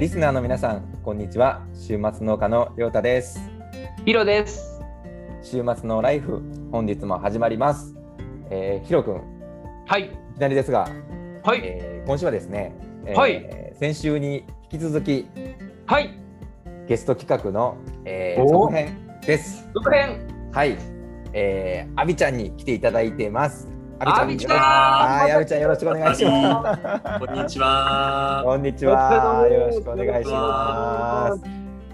リスナーの皆さん、こんにちは。週末農家のりょうたです。ヒロです。週末のライフ、本日も始まります。えー、ひろくん、はい。いきなりですが、はい。えー今週はですね、えーはい先週に引き続きはい。ゲスト企画の、えーおー続編です。続編。はい、えー、アビちゃんに来ていただいてます。アビちゃんはい、アビちゃんよろしくお願いし ます。こんにちは。こんにちは。お疲れ様よでろすしくお願いします。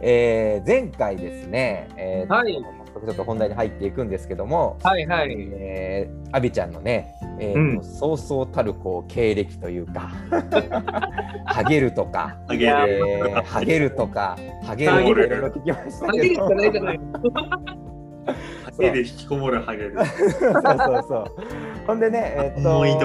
えー、前回ですね、えーはい早速ちょっと本題に入っていくんですけども、はいはい。えー、アビちゃんのね、えーうんそうそうたるこう経歴というか、 ハゲるとか、あいげやる。え ー、ハゲるとか、ハゲるとかいろいろ聞きましたハゲけるしどか、ないじゃない。ハゲで引きこもるハゲです。そうそうそう。ほんでね、えーっと、もういい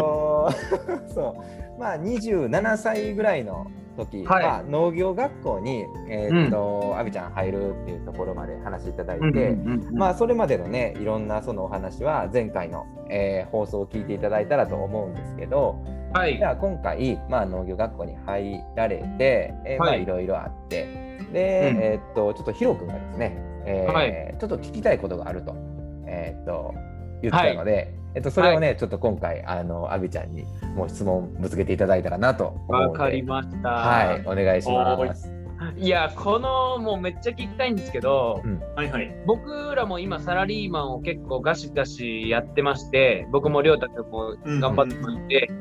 そう、まあ二十七歳ぐらいの時、はいまあ農業学校にえーっと、アビちゃん入るっていうところまで話いただいて。まあそれまでのねいろんなそのお話は前回の、えー放送を聞いていただいたらと思うんですけどはじい。ゃあ今回、まあ、農業学校に入られて、えーまあはいいろいろあってで、うんえーっとちょっとヒロ君がですね、えーはちょっと聞きたいことがあると,、えーっと言ってたので、えっとそれをね、ちょっと今回あのアビちゃんにもう質問ぶつけていただいたらなと思うのわでかりました。はいお願いします。い。や、この、もうめっちゃ聞きたいんですけど、はいはい。僕らも今サラリーマンを結構ガシガシやってまして、僕もりょうたくんも頑張っていて、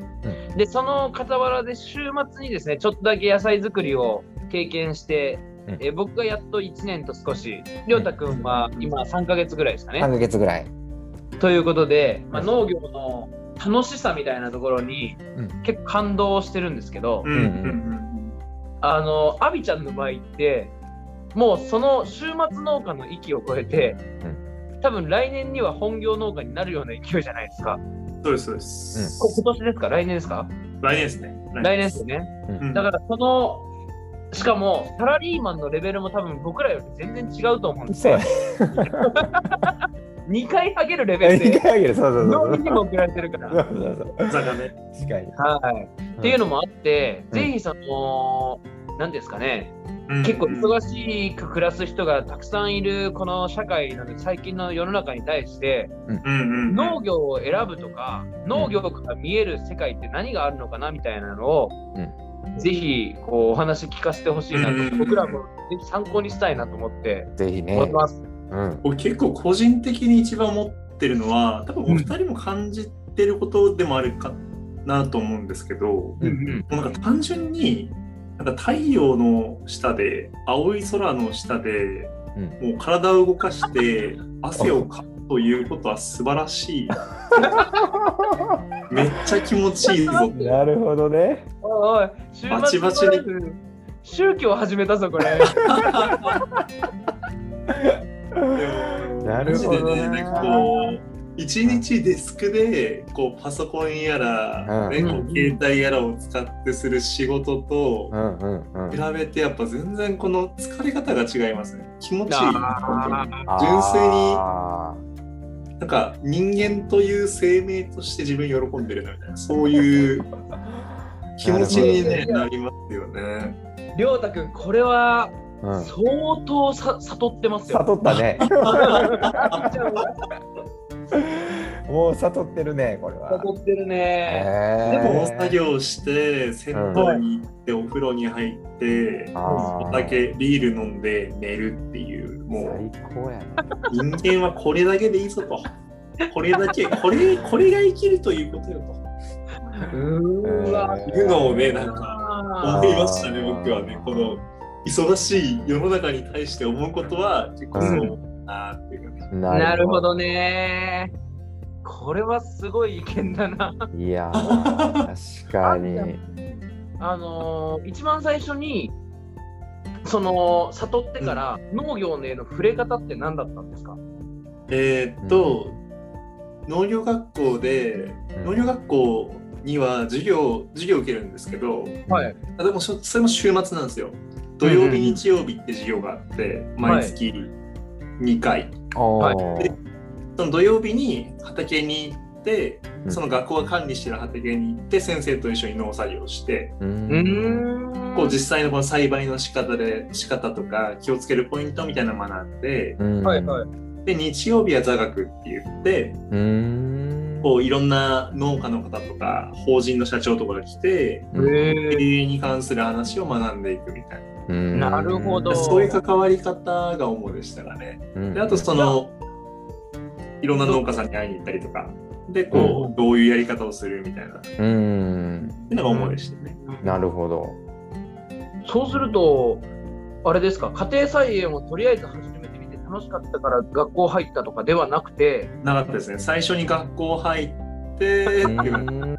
で、その傍らで週末にですね、ちょっとだけ野菜作りを経験して、うんえ僕がやっと1年と少し、りょうたくんは今3ヶ月ぐらいですかね。 3ヶ月ぐらい。ということで、まあ、農業の楽しさみたいなところにうん結構感動してるんですけど、うんうんあのアビちゃんの場合ってもうその週末農家の域を超えて、多分来年には本業農家になるような勢いじゃないですかうん。そうですそうです。こ今年ですか来年ですか来年ですね。来年ですよねうんだからそのしかもサラリーマンのレベルも多分僕らより全然違うと思うんですそうよやね。 2回上げるレベル 2でヶ月そうそうそ農う民にも送られてるかそらうそうそう。ざがね。確かに。はいっていうのもあって、うんぜひその何ですかね、うん結構忙しく暮らす人がたくさんいるこの社会なので最近の世の中に対して、うんうん。農業を選ぶとか農業から見える世界って何があるのかなみたいなのを、ぜひこうお話聞かせてほしいなと、うん僕らもぜひ参考にしたいなと思ってぜひね。思います。うん。僕結構個人的に一番持ってるのは、多分お二人も感じてることでもあるかなと思うんですけど、もうんうなんか単純に。なんか太陽の下で青い空の下で、うんもう体を動かして汗をかくということは素晴らし いめっちゃ気持ちいいぞなるほどね。おいおい週末のバチバチにライフ宗教始めたぞこ れ。なマるジほでどね。ね、なんかこう、一日デスクで、こう、パソコンやら、ね、うんこう携帯やらを使ってする仕事とう、んうんう ん。比べてやっぱ全然この疲れ方が違いますね。気持ちいい。あー純粋にあなんか人間という生命として自分喜んでるなみたいな、そういうー気持ちに、ね、ななりますよね。りょうたくんこれはうん、相当さ悟ってますよ。悟ったね。あちゃんはもう悟ってるね、これは。悟ってるね。へでーも作業して、銭湯に行って、お風呂に入って、あーお酒、ビール飲んで寝るっていう、もう。最高やね。人間はこれだけでいいぞと。これだけ、これ、これが生きるということようーわ。と。いうのをね、なんかあ思いましたね、僕はね。この忙しい世の中に対して思うことは結構そうだなっていうね。 ーなるほど。どね。これはすごい意見だな。いやー、確かに。あのー一番最初にその悟ってから農業への触れ方って何だったんですか。えーっと、農業学校で、農業学校には授業、授業を受けるんですけど、はい。あでもしょそれも週末なんですよ。土曜日、日曜日って授業があって、毎月2回。おはーその土曜日に畑に行って、うんその学校が管理してる畑に行って先生と一緒に農作業してううーんん。こう実際のこの栽培の仕方で仕方とか気をつけるポイントみたいなのを学んで、うんはいはい。で日曜日は座学って言ってうんこういろんな農家の方とか法人の社長とかが来て経へえ。営に関する話を学んでいくみたいうんなるほどなそういう関わり方が主でしたかね。うんであとそのいろんな農家さんに会いに行ったりとかでこう、うんどういうやり方をするみたいなっていうんうのが主でしたね。なるほど。そうすると、あれですか、家庭菜園をとりあえず始めてみて楽しかったから学校入ったとかではなくて、なかったですね。最初に学校入ってっていううのが ん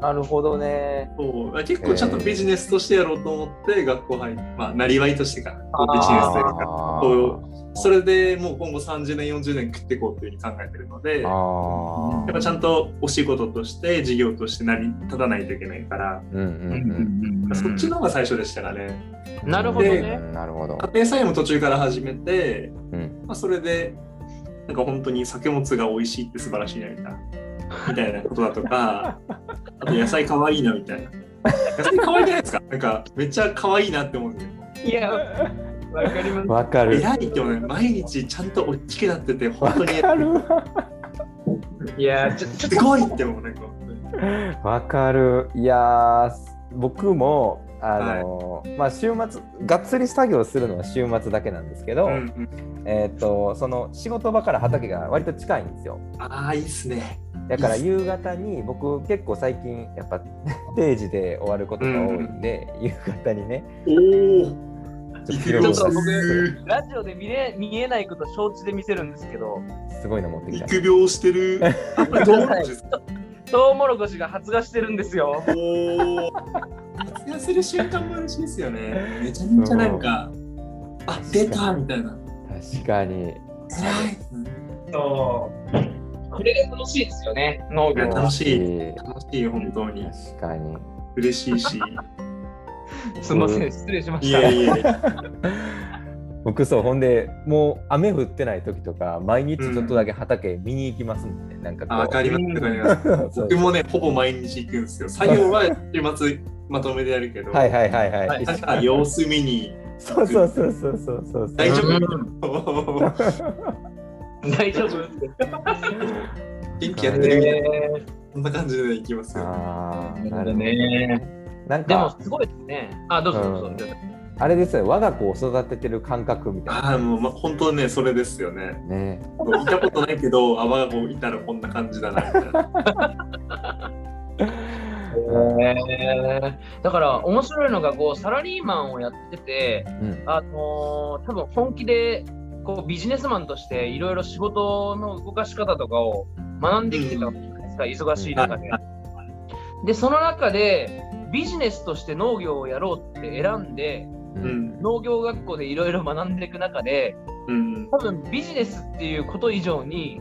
なるほどね。そう結構ちゃんとビジネスとしてやろうと思って学校入って、まあ、なりわいとしてか、こうあービジネスというか、あこうそれでもう今後30年、40年食っていこうというふうに考えてるのーで、やっあーぱちゃんとお仕事として、事業として成り立たないといけないから、うんうんそっちの方が最初でしたかね。うん。なるほどねうんなるほど。家庭菜園も途中から始めて、うんまあ、それで、なんか本当に作物が美味しいって素晴らしいなみたいな。みたいなことだと か、あと野菜可愛いなみたいな。野菜可愛いじゃないですか。なんかめっちゃ可愛いなって思うんですよ。いや、わかります。わかる。偉いってもね、毎日ちゃんとおっきくなってて、わ本当にかるわ。いや、ちょちょっすごいってもうなんか、わかる。いやー、僕も、あのーまあ、週末、がっつり作業するのは週末だけなんですけど、うんうん、えーっと、その仕事場から畑が割と近いんですよ。ああ、いいっすね。だから夕方に僕結構最近やっぱ 定時で終わることが多いんで、夕方にねおお、ちょっとく広よげちょまっとす僕、ラジオで見れ見えないこと承知で見せるんですけど、すごいの持ってきた育苗してる。 どうなんですか。トウモロコシが発芽してるんですよ。おお。発芽する瞬間も嬉しいですよね。めちゃめちゃなんか、あ、出たみたいな。確かに偉い。そう。これが楽しいですよね、農いや業楽は。しい。楽しいよ、本当に。確かに嬉しいし。すみません、失礼しまいした。えいえ。僕そうほんでもう雨降ってない時とか毎日ちょっとだけ畑見に行きますんで、なんかこうあ、わかります。わかります。そう僕もね、ほぼ毎日行くんですよ。作業は週末まとめてやるけど。はいはいはいはい、はいなんか様子見にそうそうそうそうそうそう大丈夫うん大丈夫元気やってるみたいな、えーそんな感じで行きますよ。あーななるるほどほどね。なんでもかすごいですね。あ、どうぞどうぞ。あれですね我が子を育ててる感覚みたいなああ、もう、ま、本当ね、それですよね。ねいたことないけど、あわが子いたらこんな感じだな、みたいな。えーだから面白いのがこうサラリーマンをやってて、うんあのー多分本気でこうビジネスマンとしていろいろ仕事の動かし方とかを学んできてたわけじゃないですか、忙しい中で。でその中でビジネスとして農業をやろうって選んでううんん。農業学校でいろいろ学んでいく中でうん。多分ビジネスっていうこと以上に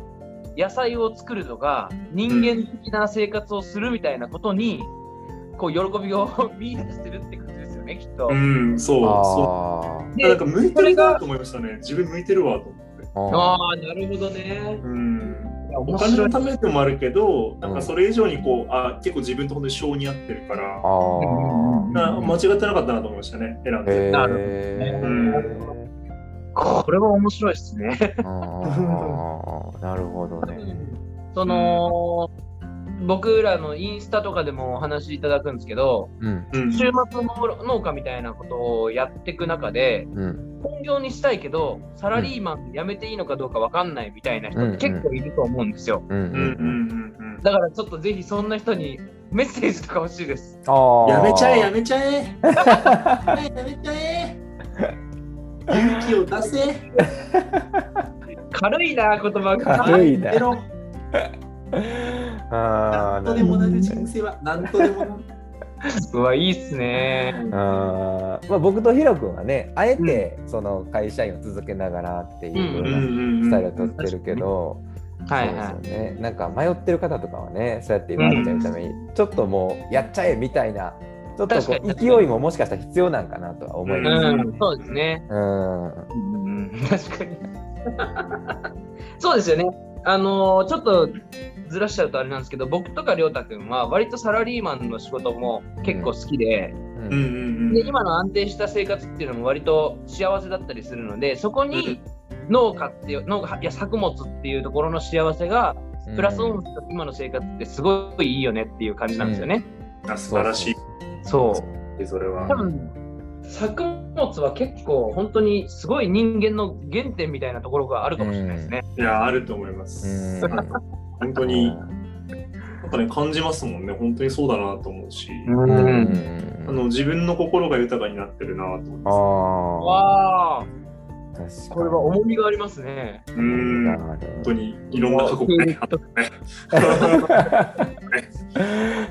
野菜を作るとか人間的な生活をするみたいなことに、こう喜びを 見出してるって感じですよねきっと。うん、そう。そあーう。でなんか向いてるなと思いましたね。自分向いてるわ、と思って。あああなるほどね。うん。お面金白のいためでもあるけど、なんかそれ以上にこう、あ結構自分と本当に性に合ってるからー、あな間違ってなかったなと思いましたね、選んーへで。ーなるうんこれは面白いですね。あーなるほどね。 その、僕らのインスタとかでもお話しいただくんですけどうんうん週末の農家みたいなことをやっていく中で、うん本業にしたいけどサラリーマン辞めていいのかどうかわかんないみたいな人って結構いると思うんですよ、うんううんうんうんん。うん。だからちょっとぜひそんな人にメッセージとか欲しいですあーやめちゃえやめちゃえやめちゃえ勇気を出せ軽いな言葉 が軽いな出。ろあ何ーとでもなる人生は何とでもなるうわいいっすねあーまあ僕とヒロ君はね、あえてその会社員を続けながらっていううようなスんスタイルをとってるけど、はいはそうですよね。なんか迷ってる方とかはね、そうやって今みたいために、ちょっともうやっちゃえみたいな、ちょっと確かこにう確か勢にいももしかしたら必要なんかなとは思いい、ます。うん、そうですね、うん。確かにそうですよねあのーちょっとずらしちゃうとあれなんですけど僕とか亮太君は割とサラリーマンの仕事も結構好きで,、うんうんで今の安定した生活っていうのも割と幸せだったりするのでそこに農家っていう農家いや作物っていうところの幸せがプラスオンした今の生活ってすごいいいよねっていう感じなんですよね。あ素晴らしい。そうそれは。多分作物は結構本当にすごい人間の原点みたいなところがあるかもしれないですね。いや、あると思います。うんあの本当に、なんかね、感じますもんね。本当にそうだなと思うし、ううんあの自分の心が豊かになってるなと思いあまあわあー、確かに。これは重みがありますね。す。うん。本なる当にいろんな過去がねあったね。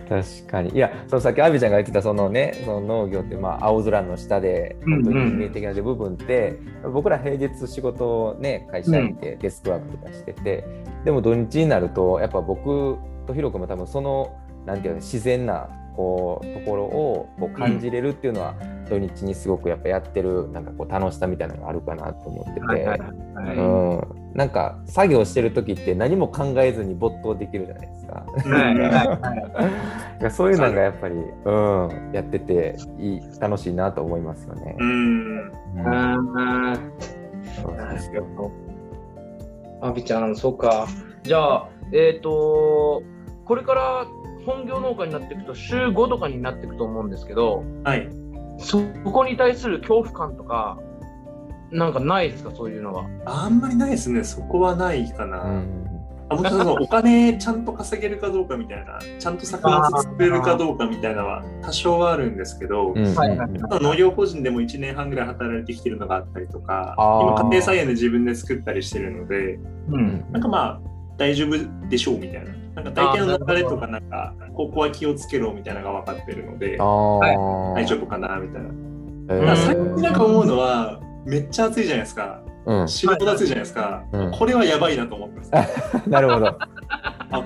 確かにいやそのさっき阿部ちゃんが言ってたそのねその農業ってまあ青空の下でうんう本ん当に運命的な部分って、僕ら平日仕事をね会社員でデスクワークとかしてて、でも土日になるとやっぱ僕とヒロ君も多分そのなんていうの自然なこうところをこう感じれるっていうのは、土日にすごくやっぱやってるなんかこう楽しさみたいなのがあるかなと思ってて。はいはいはうい。ん、なんか作業してる時って何も考えずに没頭できるじゃないですか。はいはいはいだからそういうのがやっぱり、うん、やってていい楽しいなと思いますよね。うん。ううんんうんそうそうそうアビちゃん、そうか。じゃあ、えっ、と、これから本業農家になっていくと、週5とかになっていくと思うんですけど、はい。そこに対する恐怖感とか、なんかないですか、そういうのは。あんまりないですね。そこはないかな。うんあもちろんそのお金ちゃんと稼げるかどうかみたいな、ちゃんと作物作れるかどうかみたいなのは多少はあるんですけど、うんはいはいただ農業個人でも1年半ぐらい働いてきてるのがあったりとか、あー今家庭菜園で自分で作ったりしてるので、う。うんんなんかまあ大丈夫でしょうみたいな。なんか大体の流れとか、なんか、ここは気をつけろみたいなのが分かってるのであ、あ、大丈夫かなみたいな。えまあー最近なんか思うのは、めっちゃ暑いじゃないですか。うん死ぬほど暑いじゃないですかうん。これはやばいなと 思ってます。なるほど。あ、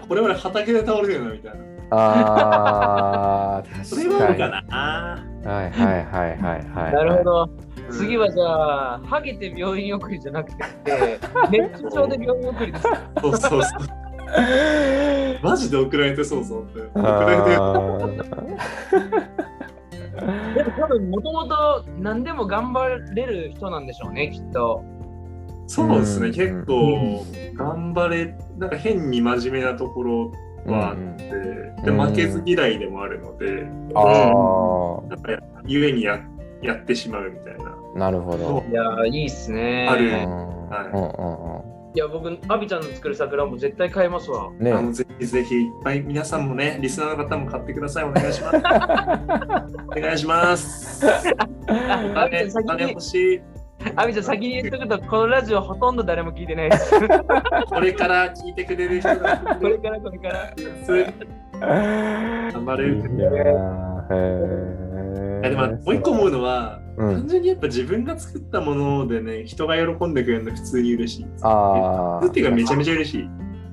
これ俺畑で倒れてるなみたいな。ああ、 それ確はかあるに。かはな。いはいはいはいはい。なるほど。うん次はじゃあ、ハゲて病院送りじゃなくて、熱中症で病院送りです。そうそうそう。 マジで送られてそうそうって。送られてる。あでも多分、もともと何でも頑張れる人なんでしょうね、きっと。そうですね、うん結構頑張れ、なんか変に真面目なところーはあっうんて、うでん負けず嫌いでもあるので、あーなんかゆえにややってしまうみたいな。なるほど。いやー、いいっすね。あるうんうんねうんいや、僕、アビちゃんの作る桜も絶対買いま すわ。ねあのぜひぜひいっぱい皆さんもね、リスナーの方も買ってください。お願 いします。お願いします。おあアビちゃん金お先金に欲、しい。アビちゃん先に言っとくと、このラジオほとんど誰も聞いてな いです。これから聞いてくれる人がいこれからこれから。ます頑張れる。いやーへいーやでももう一個思うのは、うん単純にやっぱ自分が作ったものでね、人が喜んでくれるの普通に嬉しい。ああ。普通っていうかめちゃめちゃ嬉しい。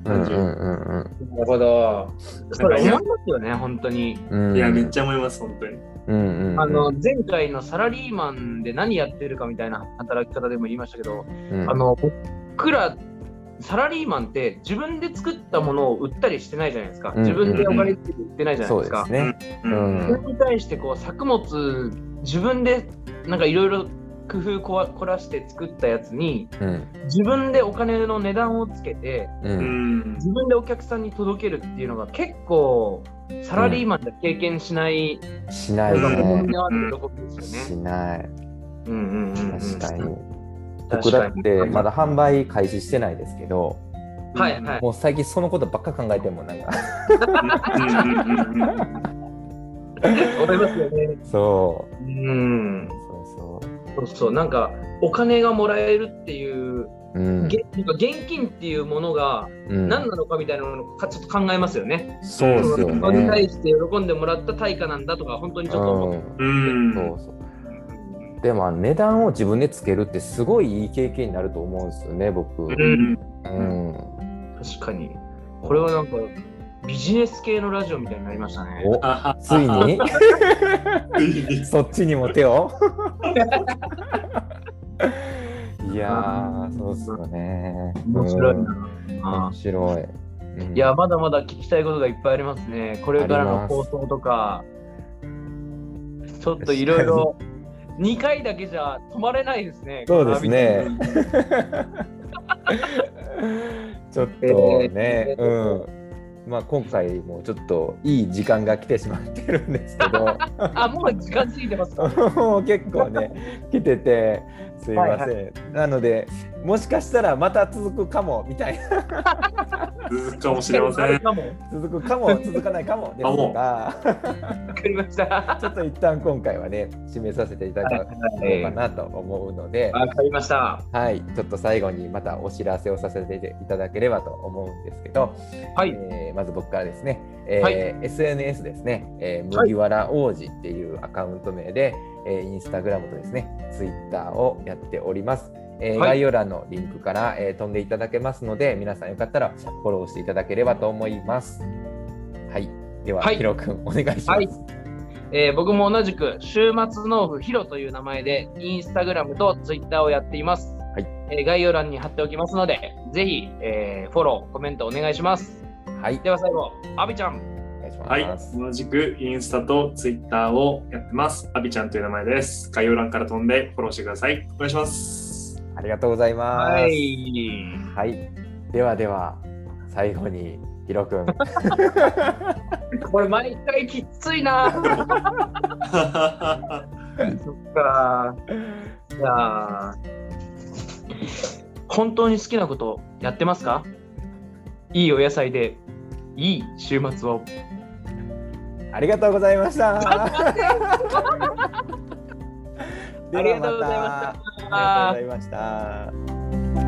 うんうんなるほど。それ思いますよね、本当に。うんうん。いや、めっゃ。ちゃ思います、本当に。うんうんうん。あの、前回のサラリーマンで何やってるかみたいな働き方でも言いましたけど、うん、あの、僕ら、サラリーマンって自分で作ったものを売ったりしてないじゃないですか。うん自分でお金作って売ってないじゃなそいでうすでかす。ね。ううんん。それに対してこう作物自分でなんかいろいろ工夫こわ凝らして作ったやつにうん自分でお金の値段をつけてううんん。自分でお客さんに届けるっていうのが結構サラリーマンじゃ経験しないしない僕うがね本。音あるところですよしね。ない。うんうんうんうん確かに。僕確だかっにてまだ販売開始してないですけど、はいはい。もう最近そのことばっか考えてもなんか。 うんうんうんうん思いますよね。そう。うん。そうそそうそう。なんかお金がもらえるっていう、う。うんげなんか現金っていうものがうん。何なのかみたいなのをかちょっと考えますよね。そうですよそれにね。対して喜んでもらった対価なんだとか、本当にちょっと思っん。うん。そうそう。でもあの値段を自分でつけるってすごいいい経験になると思うんですよね、僕。う。うんん。確かに。これはなんか、ビジネス系のラジオみたいになりましたね。おあはついについに。そっちにも手をいやーそうっすよね。面白いうんな。面白い。ううんいや、まだまだ聞きたいことがいっぱいありますね。これからの放送とか、ちょっといろいろ、2回だけじゃ止まれないですね。そうですねこの旅ちょっとね、うん。まあ今回もちょっといい時間が来てしまってるんですけど、 あ、もう時間過ぎてますか。もう結構ね、来てて、すいません。なので、もしかしたらまた続くかも、みたいな。続くかもしれませ あるん。かも。続くかも、続かないかも、ですあもうが、わかりました。わちょっと一旦今回はね、締めさせていただこうかなと思うので、かりました。はい、ちょっと最後にまたお知らせをさせていただければと思うんですけど、はい。えーまず僕からですね、えーは SNS ですね、えーはい麦わら王子っていうアカウント名で、えーインスタグラムとですね、ツイッターをやっております。えーはい概要欄のリンクから、えー飛んでいただけますので、皆さんよかったらフォローしていただければと思います。はい、では、はいヒロ君お願いします。はいえー僕も同じく週末農夫ヒロという名前でインスタグラムとツイッターをやっています、はいえー概要欄に貼っておきますのでぜひ、えーフォローコメントお願いしますはい、では最後阿ビちゃんお願いします。はい、同じくインスタとツイッターをやってます。アビちゃんという名前です。概要欄から飛んでフォローしてください。お願いします。ありがとうございます。はいはい、ではでは、最後にヒロ君。 これ毎回きついなそっかじゃあ本当に好きなことやってますかいいお野菜でいい週末をありがとうございました。ありがとうございま したではまたありがとうございました。